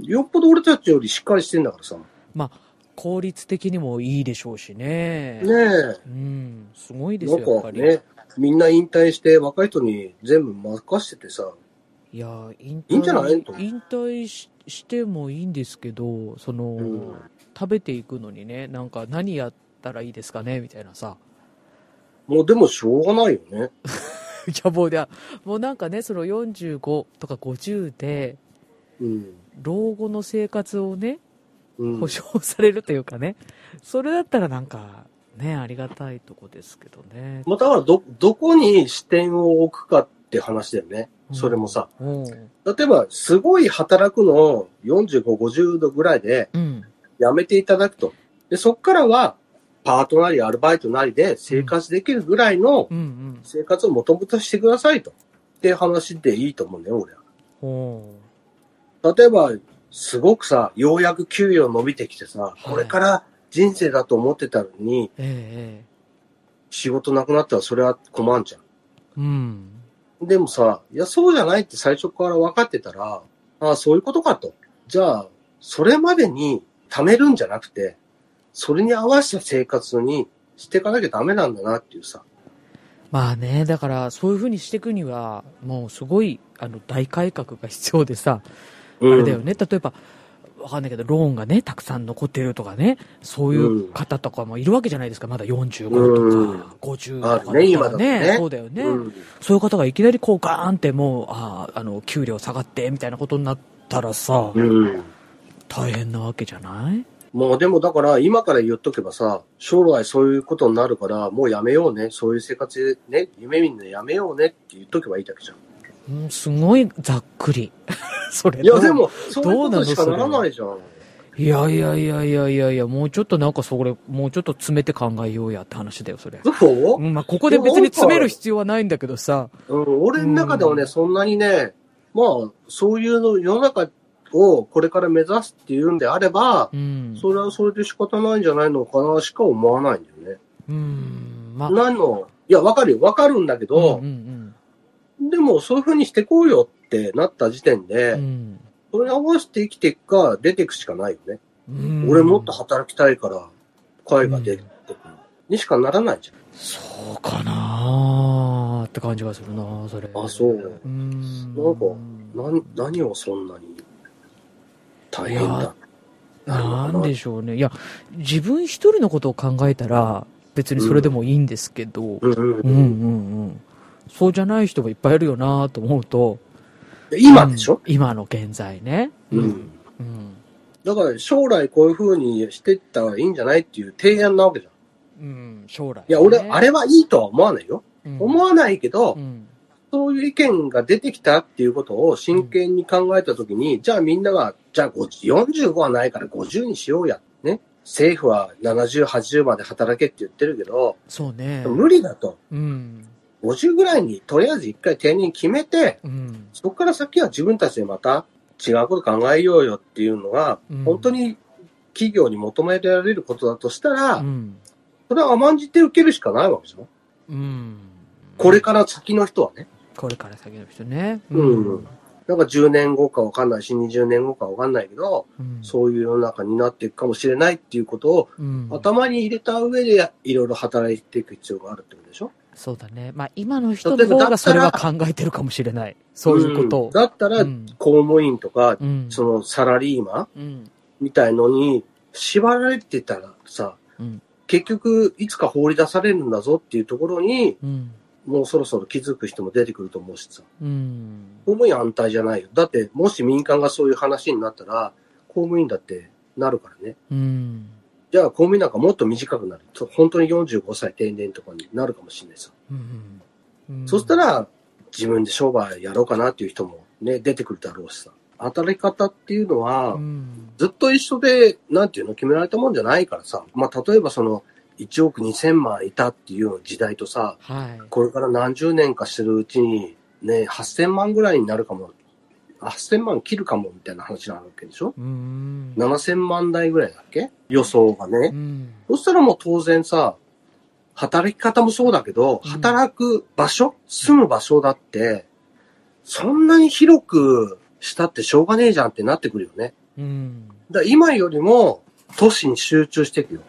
Speaker 1: よっぽど俺たちよりしっかりしてんだからさ。ね
Speaker 2: まあ、効率的にもいいでしょうしね。
Speaker 1: え。な
Speaker 2: うん、すごいですよ、や
Speaker 1: ん
Speaker 2: っぱ
Speaker 1: か
Speaker 2: り。
Speaker 1: ね、みんな引退して若い人に全部任せててさ。
Speaker 2: いやー、引退
Speaker 1: いいんじゃないと
Speaker 2: 引退ししてもいいんですけど、その、
Speaker 1: うん
Speaker 2: 食べていくのにね、なんか何やったらいいですかねみたいなさ。
Speaker 1: もうでもしょうがないよね。
Speaker 2: いや、もうね、もうなんかね、その45とか50で、
Speaker 1: うん。
Speaker 2: 老後の生活をね、
Speaker 1: うん
Speaker 2: 保障されるというかね、それだったらなんか、ね、ありがたいとこですけどね。
Speaker 1: まあ、だからど、どこに視点を置くかって話だよね。それもさ。
Speaker 2: うん。
Speaker 1: 例えば、すごい働くのを45、50度ぐらいで
Speaker 2: うん。
Speaker 1: やめていただくと。で、そっからは、パートなりアルバイトなりで生活できるぐらいの
Speaker 2: うんうん。
Speaker 1: 生活をもともとしてくださいと。って話でいいと思うんだよ、俺は。
Speaker 2: ほう。
Speaker 1: 例えば、すごくさ、ようやく給与伸びてきてさ、これから人生だと思ってたのに、
Speaker 2: ええ
Speaker 1: 仕事なくなったらそれは困んじゃ
Speaker 2: ええうん。
Speaker 1: ん。でもさ、いや、そうじゃないって最初から分かってたら、ああ、そういうことかと。じゃあ、それまでに貯めるんじゃなくて、それに合わせた生活にしていかなきゃダメなんだなっていうさ。
Speaker 2: まあね、だからそういうふうにしていくには、もうすごいあの大改革が必要でさ、
Speaker 1: うん
Speaker 2: あれだよね、例えば、わかんないけど、ローンがね、たくさん残ってるとかね、そういう方とかもいるわけじゃないですか、まだ45とか、50とかだった
Speaker 1: ある
Speaker 2: ら
Speaker 1: ね今だとね
Speaker 2: そうだよね、
Speaker 1: うん
Speaker 2: そういう方がいきなりこう、ガーンってもう、あーあの給料下がってみたいなことになったらさ、
Speaker 1: うん。
Speaker 2: 大変なわけじゃない
Speaker 1: もうでもだから今から言っとけばさ、将来そういうことになるから、もうやめようね。そういう生活ね、夢見るのやめようねって言っとけばいいだけじゃん。
Speaker 2: うん、すごいざっくり。 それ
Speaker 1: いや
Speaker 2: と
Speaker 1: でも、そういう
Speaker 2: どう
Speaker 1: こ
Speaker 2: なの
Speaker 1: としかならないじゃん。
Speaker 2: いやいやいやいやいやいや、もうちょっとなんかそれ、もうちょっと詰めて考えようやって話だよ、それ。、
Speaker 1: そううん
Speaker 2: まあ、ここで別に詰める必要はないんだけどさ。
Speaker 1: うん、俺の中ではね、
Speaker 2: うん
Speaker 1: そんなにね、まあ、そういうの、世の中をこれから目指すっていうんであれば、
Speaker 2: うん。
Speaker 1: それはそれで仕方ないんじゃないのかなしか思わないんだよね。
Speaker 2: うん、まあ。
Speaker 1: 何の、いや、わかるよ。わかるんだけ
Speaker 2: うん
Speaker 1: ど
Speaker 2: う、ん
Speaker 1: でもそういうふうにしてこうよってなった時点で、
Speaker 2: うん。
Speaker 1: それに合わせて生きていくか、出ていくしかないよね。
Speaker 2: うん。
Speaker 1: 俺もっと働きたいから、海外出てくる。にしかならないじ
Speaker 2: そうかなーって感じがするなーそれ。
Speaker 1: ゃん。あ、そう。
Speaker 2: うん。
Speaker 1: な
Speaker 2: なん
Speaker 1: 何をそんなに大変
Speaker 2: い
Speaker 1: だ
Speaker 2: や。
Speaker 1: のか
Speaker 2: なんでしょうね。いや、自分一人のことを考えたら、別にそれでもいいんですけど、
Speaker 1: うんうん
Speaker 2: うんうんうん。そうじゃない人もいっぱいいるよなと思うと。
Speaker 1: で今でしょ、
Speaker 2: うん今の現在ね。
Speaker 1: うん
Speaker 2: うん。
Speaker 1: だから将来こういう風にしていったらいいんじゃないっていう提案なわけじゃん。い
Speaker 2: うん、将来、ね。
Speaker 1: や、俺、あれはいいとは思わないよ。
Speaker 2: うん、
Speaker 1: 思わないけど、
Speaker 2: うん。
Speaker 1: そういう意見が出てきたっていうことを真剣に考えたときに、じゃあみんなが、じゃあ50 45はないから50にしようや。ね。政府は70、80まで働けって言ってるけど、
Speaker 2: そうね。
Speaker 1: 無理だと。
Speaker 2: うん。
Speaker 1: 50ぐらいにとりあえず一回定年決めて、
Speaker 2: うん。
Speaker 1: そこから先は自分たちでまた違うこと考えようよっていうのが、
Speaker 2: うん
Speaker 1: 本当に企業に求められることだとしたら、
Speaker 2: うん。
Speaker 1: それは甘んじて受けるしかないわけでしょ。
Speaker 2: うん。
Speaker 1: これから先の人はね。
Speaker 2: これから先の人ね。
Speaker 1: うんなんか10年後かわかんないし、20年後かわかんないけど、
Speaker 2: うん。
Speaker 1: そういう世の中になっていくかもしれないっていうことを
Speaker 2: うん。
Speaker 1: 頭に入れた上でいろいろ働いていく必要があるってことでしょ
Speaker 2: そうだね。まあ、今の人の方がそれは考えてるかもしれない。そういうこと
Speaker 1: ん
Speaker 2: を。
Speaker 1: だったら
Speaker 2: うん、
Speaker 1: 公務員とか、
Speaker 2: うん。
Speaker 1: そのサラリーマ
Speaker 2: う
Speaker 1: ン
Speaker 2: ん。
Speaker 1: みたいのに縛られてたらさ、
Speaker 2: うん
Speaker 1: 結局いつか放り出されるんだぞっていうところに、
Speaker 2: うん。
Speaker 1: もうそろそろ気づく人も出てくると思うしさ、
Speaker 2: うん。
Speaker 1: 公務員安泰じゃないよ。だってもし民間がそういう話になったら、公務員だってなるからね。
Speaker 2: うん。
Speaker 1: じゃあ、公務員なんかもっと短くなる。と本当に45歳定年とかになるかもしれないさ。
Speaker 2: うん。うん
Speaker 1: そした、ら、自分で商売やろうかなっていう人もね、出てくるだろうしさ。働き方っていうのは
Speaker 2: う、ん。
Speaker 1: ずっと一緒で、なんていうの、決められたもんじゃないからさ。まあ、例えばその、1億2000万いたっていう時代とさ、
Speaker 2: はい。
Speaker 1: これから何十年かしてるうちに、ね、8000万ぐらいになるかも、8000万切るかもみたいな話なわけでしょ
Speaker 2: うん。
Speaker 1: ?7000 万台ぐらいだっけ予想がね。
Speaker 2: うん。
Speaker 1: そしたらもう当然さ、働き方もそうだけど、
Speaker 2: うん
Speaker 1: 働く場所、住む場所だって、そんなに広くしたってしょうがねえじゃんってなってくるよね。
Speaker 2: うん。
Speaker 1: だから今よりも都市に集中していくよ。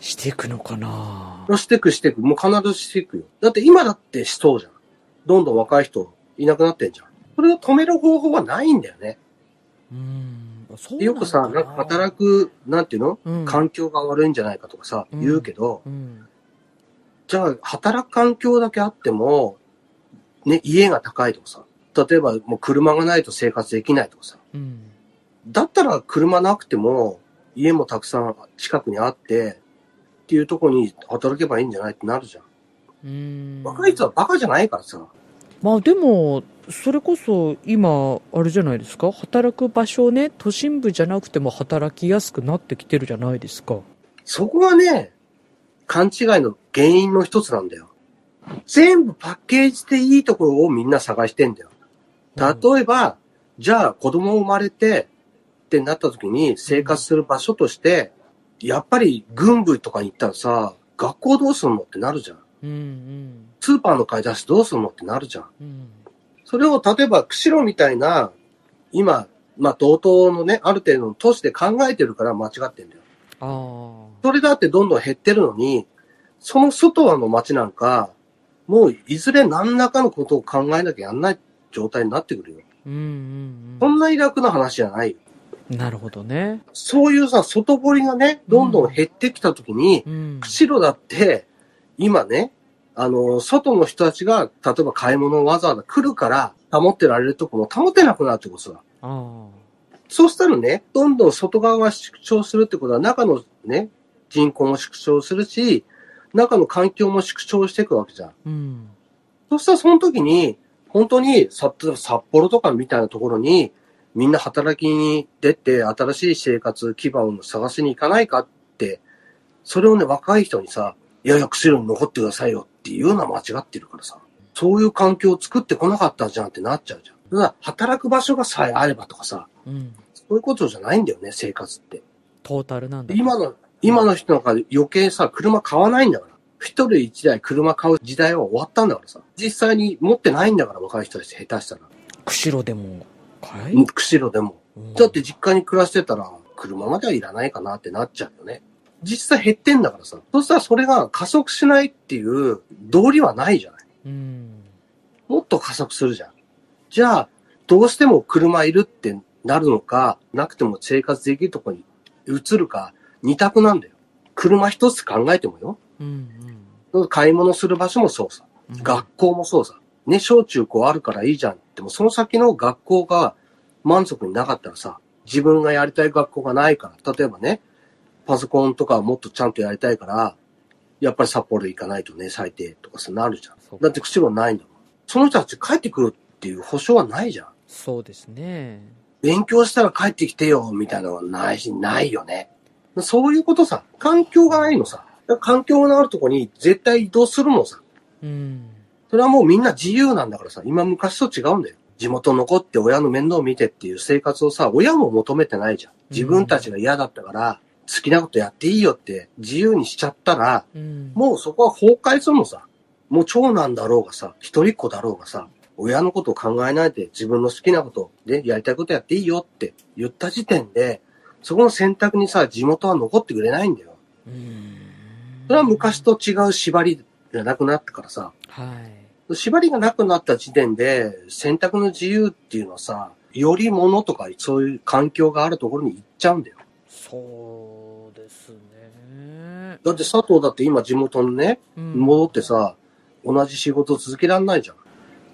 Speaker 2: していくのかな
Speaker 1: していくしていく。もう必ずしていくよ。だって今だってしそうじゃん。どんどん若い人いなくなってんじゃん。それを止める方法はないんだよね。
Speaker 2: うん。そう
Speaker 1: よくさ、なんか働く、なんていうの
Speaker 2: く
Speaker 1: 環境が悪いんじゃないかとかさ、
Speaker 2: うん
Speaker 1: 言うけど、
Speaker 2: うん。
Speaker 1: じゃあ、働く環境だけあっても、ね、家が高いとかさ、例えばもう車がないと生活できないとかさ、
Speaker 2: うん。
Speaker 1: だったら車なくても、家もたくさん近くにあって、っていうとこに働けばいいんじゃないってなるじゃん。
Speaker 2: うん。
Speaker 1: 若い人はバカじゃないからさ。
Speaker 2: まあでも、それこそ今、あれじゃないですか、働く場所ね、都心部じゃなくても働きやすくなってきてるじゃないですか。
Speaker 1: そこがね、勘違いの原因の一つなんだよ。全部パッケージでいいところをみんな探してんだよ。例えば、じゃあ子供生まれてってなった時に生活する場所として、やっぱり軍部とかに行ったらさ、学校どうすんのってなるじゃん。
Speaker 2: うん
Speaker 1: スーパーの買い出しどうすんのってなるじゃん。
Speaker 2: うん。うん。
Speaker 1: それを例えば釧路みたいな、今、まあ同等のね、ある程度の都市で考えてるから間違ってんだよ。
Speaker 2: ああ。
Speaker 1: それだってどんどん減ってるのに、その外の街なんか、もういずれ何らかのことを考えなきゃやんない状態になってくるよ。
Speaker 2: うんうん
Speaker 1: そんなに楽な話じゃないよ。
Speaker 2: うん。なるほどね。
Speaker 1: そういうさ、外堀がね、どんどん減ってきたときに、
Speaker 2: うん。
Speaker 1: 釧路だって、今ね、あの、外の人たちが、例えば買い物をわざわざ来るから、保ってられるとこも保てなくなるってことだ。
Speaker 2: あ
Speaker 1: そうしたらね、どんどん外側が縮小するってことは、中のね、人口も縮小するし、中の環境も縮小していくわけじゃん。
Speaker 2: あ。うん。
Speaker 1: そしたらその時に、本当にさ札幌とかみたいなところに、みんな働きに出て、新しい生活基盤を探しに行かないかって、それをね、若い人にさ、いやいや、釧路に残ってくださいよっていうのは間違ってるからさ、そういう環境を作ってこなかったじゃんってなっちゃうじゃん。だから働く場所がさえあればとかさ、
Speaker 2: うん。
Speaker 1: そういうことじゃないんだよね、生活って。
Speaker 2: トータルなんだ。
Speaker 1: 今の、今の人なんか余計さ、車買わないんだから。一人一台車買う時代は終わったんだからさ。実際に持ってないんだから、若い人たち下手したら。
Speaker 2: 釧路でもかい、
Speaker 1: 釧路でも。
Speaker 2: うん
Speaker 1: だって実家に暮らしてたら、車まではいらないかなってなっちゃうよね。実際減ってんだからさ。そしたらそれが加速しないっていう道理はないじゃない。
Speaker 2: うん。
Speaker 1: もっと加速するじゃん。じゃあ、どうしても車いるってなるのか、なくても生活できるとこに移るか、二択なんだよ。車一つ考えてもよ。
Speaker 2: うん
Speaker 1: 買い物する場所もそうさ。
Speaker 2: うん。
Speaker 1: 学校もそうさ。ね、小中高あるからいいじゃん。でもその先の学校が満足になかったらさ、自分がやりたい学校がないから、例えばね、パソコンとかもっとちゃんとやりたいから、やっぱり札幌行かないとね、最低とかさ、なるじゃん。
Speaker 2: そう
Speaker 1: だって口もないんだもん。その人たち帰ってくるっていう保証はないじゃん。
Speaker 2: そうですね。
Speaker 1: 勉強したら帰ってきてよ、みたいなのはないし、ないよね。そういうことさ、環境がないのさ。だから環境のあるとこに絶対移動するのさ。
Speaker 2: うん。
Speaker 1: それはもうみんな自由なんだからさ、今昔と違うんだよ。地元残って親の面倒を見てっていう生活をさ、親も求めてないじゃん。自分たちが嫌だったから、好きなことやっていいよって自由にしちゃったら、
Speaker 2: うん。
Speaker 1: もうそこは崩壊するのさ。もう長男だろうがさ、一人っ子だろうがさ、親のことを考えないで自分の好きなことでやりたいことやっていいよって言った時点で、そこの選択にさ、地元は残ってくれないんだよ。
Speaker 2: うん。
Speaker 1: それは昔。と違う縛りがなくなったからさ、
Speaker 2: はい。
Speaker 1: 縛りがなくなった時点で、選択の自由っていうのはさ、より物とかそういう環境があるところに行っちゃうんだよ。
Speaker 2: そうですね。
Speaker 1: だって佐藤だって今地元にね、
Speaker 2: うん
Speaker 1: 戻ってさ、同じ仕事続けられないじゃん。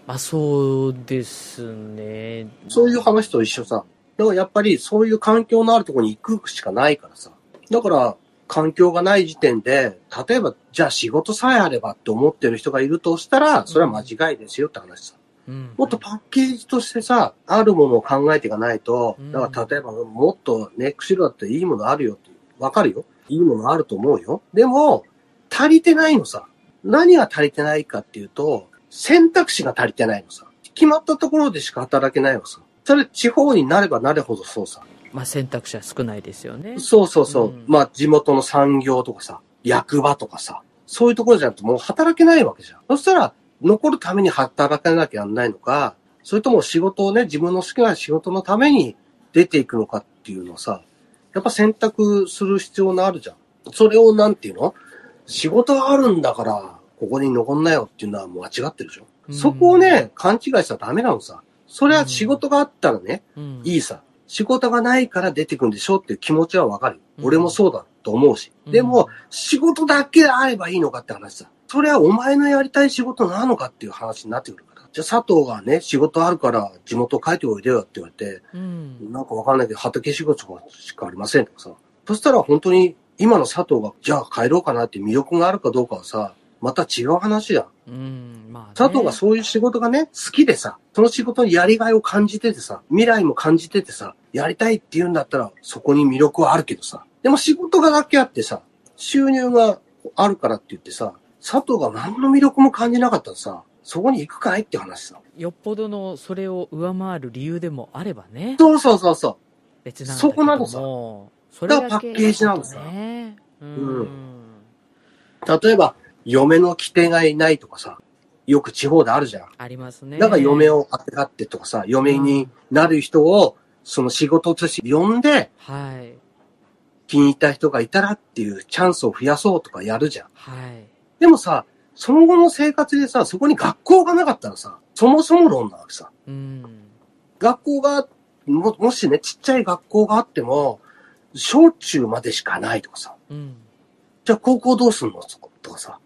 Speaker 2: まあそうですね。
Speaker 1: そういう話と一緒さ。だからやっぱりそういう環境のあるところに行くしかないからさ。だから、環境がない時点で、例えば、じゃあ仕事さえあればって思ってる人がいるとしたら、それは間違いですよって話さ。
Speaker 2: うん、
Speaker 1: もっとパッケージとしてさ、あるものを考えていかないと
Speaker 2: うん、
Speaker 1: だから例えばもっとね、釧路だっていいものあるよって、わかるよ。いいものあると思うよ。でも、足りてないのさ。何が足りてないかっていうと、選択肢が足りてないのさ。決まったところでしか働けないのさ。それ地方になればなるほどそうさ。
Speaker 2: まあ選択肢は少ないですよね。
Speaker 1: そうそうそう。
Speaker 2: うん
Speaker 1: まあ地元の産業とかさ、役場とかさ、そういうところじゃなくてもう働けないわけじゃん。そしたら残るために働かなきゃやんないのか、それとも仕事をね、自分の好きな仕事のために出ていくのかっていうのをさ、やっぱ選択する必要のあるじゃん。それをなんていうの仕事があるんだから、ここに残んなよっていうのはもう間違ってるでしょ。
Speaker 2: うん
Speaker 1: そこを、ね、勘違いしちゃダメなのさ。それは仕事があったらね、
Speaker 2: うん、
Speaker 1: いいさ、仕事がないから出てくんでしょっていう気持ちはわかる。
Speaker 2: うん
Speaker 1: 俺もそうだと思うし。
Speaker 2: うん
Speaker 1: でも、仕事だけあればいいのかって話さ。それはお前のやりたい仕事なのかっていう話になってくるから。じゃあ佐藤がね、仕事あるから地元帰っておいでよって言われて、
Speaker 2: うん。
Speaker 1: なんかわかんないけど畑仕事しかありませんとかさ。そしたら本当に今の佐藤が、じゃあ帰ろうかなって魅力があるかどうかはさ、また違う話じゃん。
Speaker 2: うん。まあ、ね。
Speaker 1: 佐藤がそういう仕事がね、好きでさ、その仕事にやりがいを感じててさ、未来も感じててさ、やりたいって言うんだったら、そこに魅力はあるけどさ。でも仕事がだけあってさ、収入があるからって言ってさ、佐藤が何の魅力も感じなかったらさ、そこに行くかいって話さ。
Speaker 2: よっぽどのそれを上回る理由でもあればね。
Speaker 1: そうそうそうそ
Speaker 2: 別なんだけども。
Speaker 1: そこなのさ
Speaker 2: そ
Speaker 1: だ
Speaker 2: れ
Speaker 1: から
Speaker 2: だ
Speaker 1: パ
Speaker 2: け
Speaker 1: ッケージなのさ
Speaker 2: ね。うん。
Speaker 1: うう。例えば、嫁の規定がいないとかさ、よく地方であるじゃん。
Speaker 2: ありますね。
Speaker 1: だから嫁をあてがってとかさ、嫁になる人を、その仕事として呼んで、
Speaker 2: はい。
Speaker 1: 気に入った人がいたらっていうチャンスを増やそうとかやるじゃん。
Speaker 2: はい。
Speaker 1: でもさ、その後の生活でさ、そこに学校がなかったらさ、そもそも論なわけさ。
Speaker 2: うん。
Speaker 1: 学校が、も、もしね、ちっちゃい学校があっても、小中までしかないとかさ、
Speaker 2: うん。
Speaker 1: じゃあ高校どうすんのとかさ、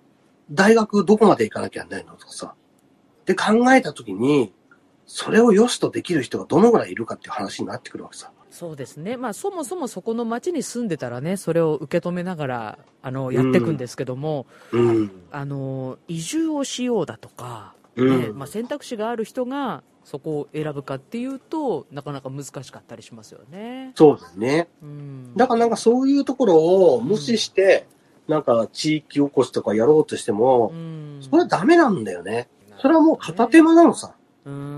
Speaker 1: 大学どこまで行かなきゃいけないのとかさ、で考えたときに、それを良しとできる人がどのぐらいいるかっていう話になってくるわけさ。
Speaker 2: そうですね。まあ、そもそもそこの町に住んでたらね、それを受け止めながら、あの、やっていくんですけども、
Speaker 1: うん。
Speaker 2: あの、移住をしようだとか、
Speaker 1: う
Speaker 2: ね
Speaker 1: ん。
Speaker 2: まあ、選択肢がある人がそこを選ぶかっていうとなかなか難しかったりしますよね。
Speaker 1: そうだね。
Speaker 2: うん、
Speaker 1: だからなんかそういうところを無視して、なんか地域おこしとかやろうとしても、
Speaker 2: うん、
Speaker 1: それはダメなんだよね。それはもう片手間なのさ。
Speaker 2: うん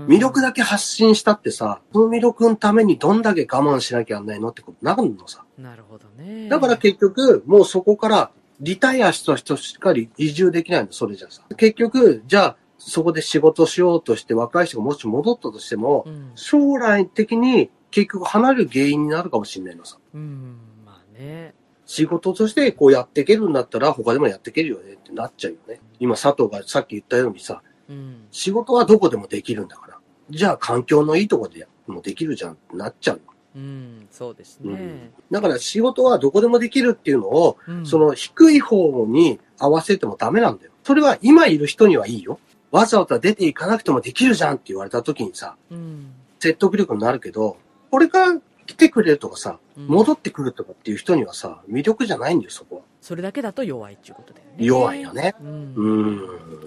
Speaker 1: 魅力だけ発信したってさ、その魅力のためにどんだけ我慢しなきゃいけないのってことになるのさ。
Speaker 2: なるほどね。
Speaker 1: だから結局、もうそこからリタイアした人しかり移住できないの、それじゃさ。結局、じゃあ、そこで仕事しようとして若い人がもし戻ったとしても、
Speaker 2: うん、
Speaker 1: 将来的に結局離れる原因になるかもしれないのさ。
Speaker 2: うん、まあね。
Speaker 1: 仕事としてこうやっていけるんだったら他でもやっていけるよねってなっちゃうよね。今佐藤がさっき言ったようにさ、
Speaker 2: うん、
Speaker 1: 仕事はどこでもできるんだから。じゃあ環境のいいとこでもできるじゃんってなっちゃうよ。
Speaker 2: うん、そうです
Speaker 1: う
Speaker 2: ね
Speaker 1: ん。だから仕事はどこでもできるっていうのを、
Speaker 2: うん
Speaker 1: その低い方に合わせてもダメなんだよ。それは今いる人にはいいよ。わざわざ出ていかなくてもできるじゃんって言われた時にさ、
Speaker 2: うん、
Speaker 1: 説得力になるけど、これから来てくれるとかさ、
Speaker 2: うん
Speaker 1: 戻ってくるとかっていう人にはさ、魅力じゃないんだよ、そこは。
Speaker 2: それだけだと弱いっていうことだよね。
Speaker 1: 弱いよ。ね。
Speaker 2: うん。
Speaker 1: うん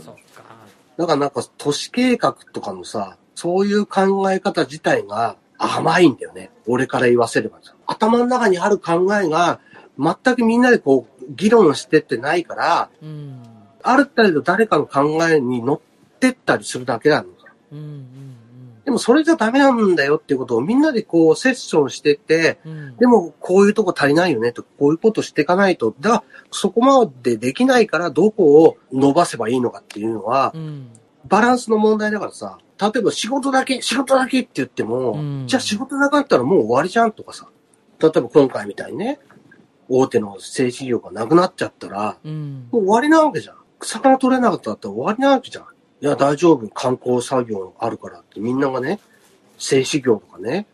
Speaker 2: そっか。
Speaker 1: だからなんか都市計画とかのさ、そういう考え方自体が甘いんだよね。俺から言わせればさ。頭の中にある考えが全くみんなでこう議論してってないから、
Speaker 2: うん。
Speaker 1: ある程度誰かの考えに乗ってったりするだけなのさ。
Speaker 2: うん、うん、
Speaker 1: でもそれじゃダメなんだよっていうことをみんなでこうセッションしてって、
Speaker 2: うん。うん
Speaker 1: でもこういうとこ足りないよねとか、こういうことしていかないと、だからそこまでできないからどこを伸ばせばいいのかっていうのは、
Speaker 2: うん。
Speaker 1: バランスの問題だからさ、例えば仕事だけ、仕事だけって言っても、
Speaker 2: うん
Speaker 1: じゃあ仕事なかったらもう終わりじゃんとかさ、例えば今回みたいにね、大手の製紙業がなくなっちゃったら、
Speaker 2: うん。
Speaker 1: もう終わりなわけじゃん。魚取れなかったら終わりなわけじゃん。いや、大丈夫、観光作業あるからって、みんながね、製紙業とかね、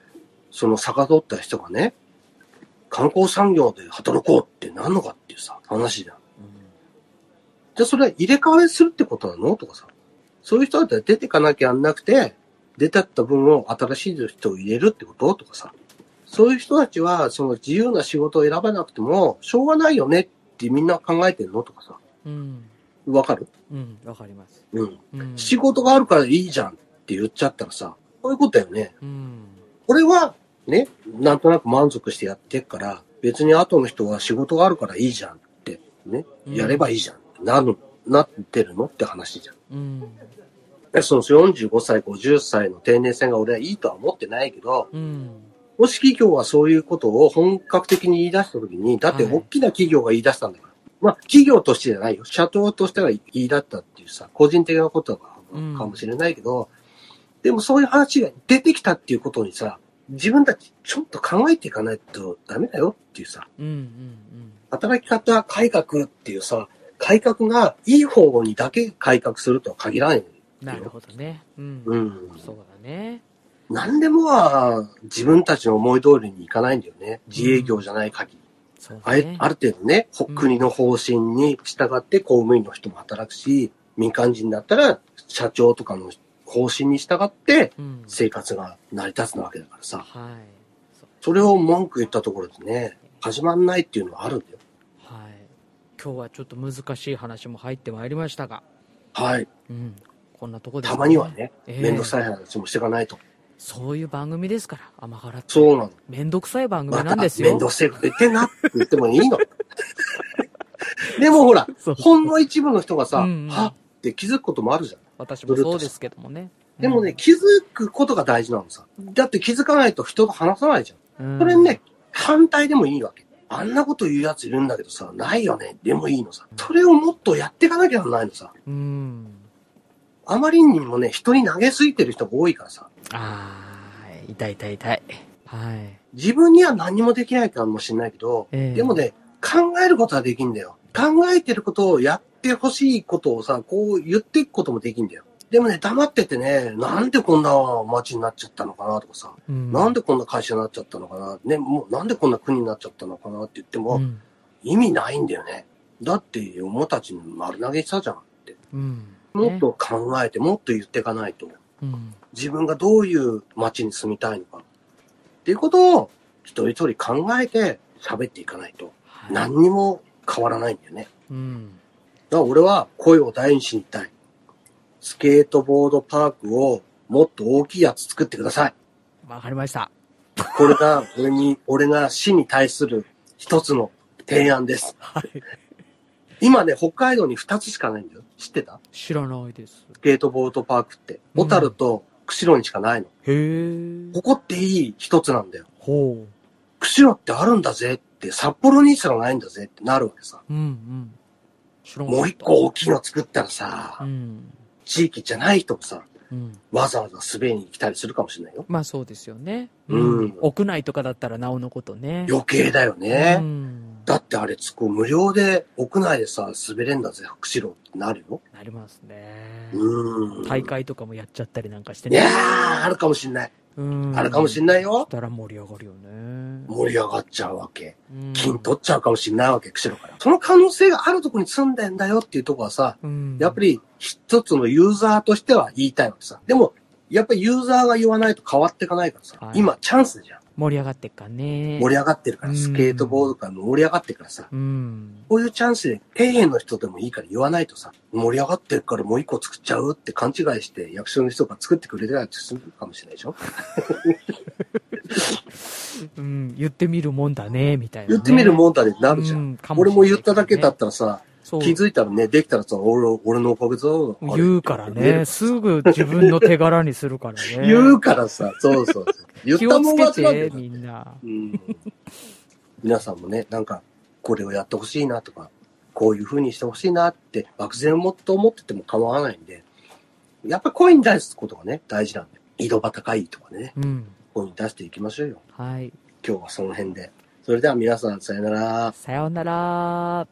Speaker 1: その魚取った人がね、観光産業で働こうってなんのかっていうさ、話じゃん。じゃあそれは入れ替えするってことなのとかさ。そういう人だったら出てかなきゃやんなくて、出てった分を新しい人を入れるってこととかさ。そういう人たちは、その自由な仕事を選ばなくても、しょうがないよねってみんな考えてるのとかさ。
Speaker 2: うん。
Speaker 1: わかる
Speaker 2: うん。わかります。
Speaker 1: うん。
Speaker 2: うん。
Speaker 1: 仕事があるからいいじゃんって言っちゃったらさ、そういうことだよね。
Speaker 2: うん。
Speaker 1: これは、ね、なんとなく満足してやってっから、別に後の人は仕事があるからいいじゃんって、ね、やればいいじゃん。なる、なってるのって話じゃん。
Speaker 2: うん。
Speaker 1: でその45歳、50歳の定年線が俺はいいとは思ってないけど、
Speaker 2: うん。
Speaker 1: もし企業はそういうことを本格的に言い出したときに、だって
Speaker 2: はい
Speaker 1: 大きな企業が言い出したんだから。まあ、企業としてじゃないよ。社長としては言い出したっていうさ、個人的なことか
Speaker 2: うん
Speaker 1: かもしれないけど、でもそういう話が出てきたっていうことにさ、自分たちちょっと考えていかないとダメだよっていうさ、
Speaker 2: うん。うん。
Speaker 1: 働き方改革っていうさ、改革がいい方にだけ改革するとは限らない。
Speaker 2: なるほどね。うん。
Speaker 1: うん。
Speaker 2: そうだね。
Speaker 1: 何でもは自分たちの思い通りにいかないんだよね。自営業じゃない限り。
Speaker 2: そう
Speaker 1: あ
Speaker 2: だ
Speaker 1: え
Speaker 2: ね。
Speaker 1: ある程度ね、ほ
Speaker 2: うん
Speaker 1: 国の方針に従って公務員の人も働くし、民間人だったら社長とかの方針に従って
Speaker 2: うん。
Speaker 1: 生活が成り立つなわけだからさ。
Speaker 2: はい。そう
Speaker 1: それを文句言ったところでね、始まんないっていうのはあるんだよ。
Speaker 2: はい。今日はちょっと難しい話も入ってまいりましたが、
Speaker 1: はい。
Speaker 2: うん。こんなとこです
Speaker 1: た
Speaker 2: か
Speaker 1: まには。ね、
Speaker 2: ええ
Speaker 1: めんどくさい話もしていかないと。
Speaker 2: そういう番組ですから、甘辛って。
Speaker 1: そうなの。
Speaker 2: めんどくさい番組
Speaker 1: ま
Speaker 2: な
Speaker 1: た
Speaker 2: んです
Speaker 1: め
Speaker 2: よ
Speaker 1: んど。くせえこと言ってんなって言ってもいいの。 でもほら、
Speaker 2: そう
Speaker 1: ほんの一部の人がさ、
Speaker 2: うんうん
Speaker 1: はっって気づくこともあるじゃん。
Speaker 2: 私もそうですけどもね。
Speaker 1: でもね、気づくことが大事なのさ。だって気づかないと人と話さないじゃ
Speaker 2: うん、
Speaker 1: ん。
Speaker 2: こ
Speaker 1: それね、反対でもいいわけ。あんなこと言うやついるんだけどさ、ないよね。でもいいのさ。それをもっとやっていかなきゃならないのさ。
Speaker 2: うん。
Speaker 1: あまりにもね、人に投げすぎてる人が多いからさ。
Speaker 2: あー、痛い痛い痛い。はい。
Speaker 1: 自分には何もできないかもしれないけど、
Speaker 2: ええ
Speaker 1: でもね、考えることはできんだよ。考えてることをやっててほしいことをさ、こう言っていくこともできんだよ。でもね、黙っててね、なんでこんな街になっちゃったのかなとかさ、
Speaker 2: うん
Speaker 1: なんでこんな会社になっちゃったのかな、ね、もうなんでこんな国になっちゃったのかなって言っても、
Speaker 2: うん
Speaker 1: 意味ないんだよね。だって、おもたちに丸投げしたじゃんって。
Speaker 2: うん
Speaker 1: もっと考えて、もっと言っていかないと、
Speaker 2: うん
Speaker 1: 自分がどういう街に住みたいのか。っていうことを、一人一人考えて喋っていかないと、
Speaker 2: はい
Speaker 1: 何にも変わらないんだよね。
Speaker 2: うん
Speaker 1: だから俺は声を大にしに行きたい。スケートボードパークをもっと大きいやつ作ってください。
Speaker 2: わかりました。
Speaker 1: これが俺に、 俺が死に対する一つの提案です。
Speaker 2: はい。
Speaker 1: 今ね、北海道に二つしかないんだよ。知ってた
Speaker 2: 知らないです。
Speaker 1: スケートボードパークって。小樽と釧路にしかないの。
Speaker 2: へえ。
Speaker 1: ここっていい一つなんだよ。
Speaker 2: ほ
Speaker 1: 釧路ってあるんだぜって、札幌にすらないんだぜってなるわけさ。
Speaker 2: う。うんうん。知らなかった
Speaker 1: もう一個。大きいの作ったらさ
Speaker 2: う、ん。
Speaker 1: 地域じゃない人もさ、
Speaker 2: うん。
Speaker 1: わざわざ滑りに来たりするかもしれないよ。
Speaker 2: まあそうですよね。
Speaker 1: うん
Speaker 2: 屋内とかだったらなおのことね。
Speaker 1: 余計だよね。
Speaker 2: うん。
Speaker 1: だってあれつこ無料で屋内でさ、滑れんだぜ、釧路ってなるよ。
Speaker 2: なりますね。
Speaker 1: うーん。
Speaker 2: 大。会とかもやっちゃったりなんかして
Speaker 1: い
Speaker 2: ね。
Speaker 1: やー、あるかもしんない。
Speaker 2: うん。
Speaker 1: あるかもしんない
Speaker 2: そ
Speaker 1: よ
Speaker 2: し。たら盛り上がるよね。
Speaker 1: 盛り上がっちゃうわけ。
Speaker 2: うん
Speaker 1: 金取っちゃうかもしんないわけ、釧路から。その可能性があるとこに住んでんだよっていうとこはさ、
Speaker 2: うん。
Speaker 1: やっぱり一つのユーザーとしては言いたいわけさ。でも、やっぱりユーザーが言わないと変わっていかないからさ、
Speaker 2: はい
Speaker 1: 今チャンスじゃん。
Speaker 2: 盛り上がってっかね。
Speaker 1: 盛り上がってるから、
Speaker 2: うん
Speaker 1: スケートボードから盛り上がってるからさ。
Speaker 2: うん。
Speaker 1: こういうチャンスで、底辺の人でもいいから言わないとさ、盛り上がってるからもう一個作っちゃうって勘違いして、役所の人が作ってくれたりするかもしれないでしょ
Speaker 2: うん。言ってみるもんだね、みたいなね。
Speaker 1: 言ってみるもんだねなるじゃん。
Speaker 2: うんかもしれ
Speaker 1: 俺
Speaker 2: ない
Speaker 1: も言っただけだったらさ、
Speaker 2: そう
Speaker 1: 気づいたらね、できたらさ、俺、俺のおかげだぞ。
Speaker 2: 言うから
Speaker 1: あれ
Speaker 2: ね。。すぐ自分の手柄にするからね。
Speaker 1: 言うからさ、そうそうそう。言っ
Speaker 2: 気
Speaker 1: た
Speaker 2: を
Speaker 1: もん
Speaker 2: つ
Speaker 1: 勝ち
Speaker 2: け
Speaker 1: なんだよ
Speaker 2: て、みんな。
Speaker 1: うん皆さんもね、なんか、これをやってほしいなとか、こういう風にしてほしいなって、漠然と思ってても構わないんで、やっぱ声に出すことがね、大事なんで、井戸端会議とかね、
Speaker 2: うん。
Speaker 1: 声に出していきましょうよ。
Speaker 2: はい。
Speaker 1: 今日はその辺で。それでは皆さん、さよなら。
Speaker 2: さようなら。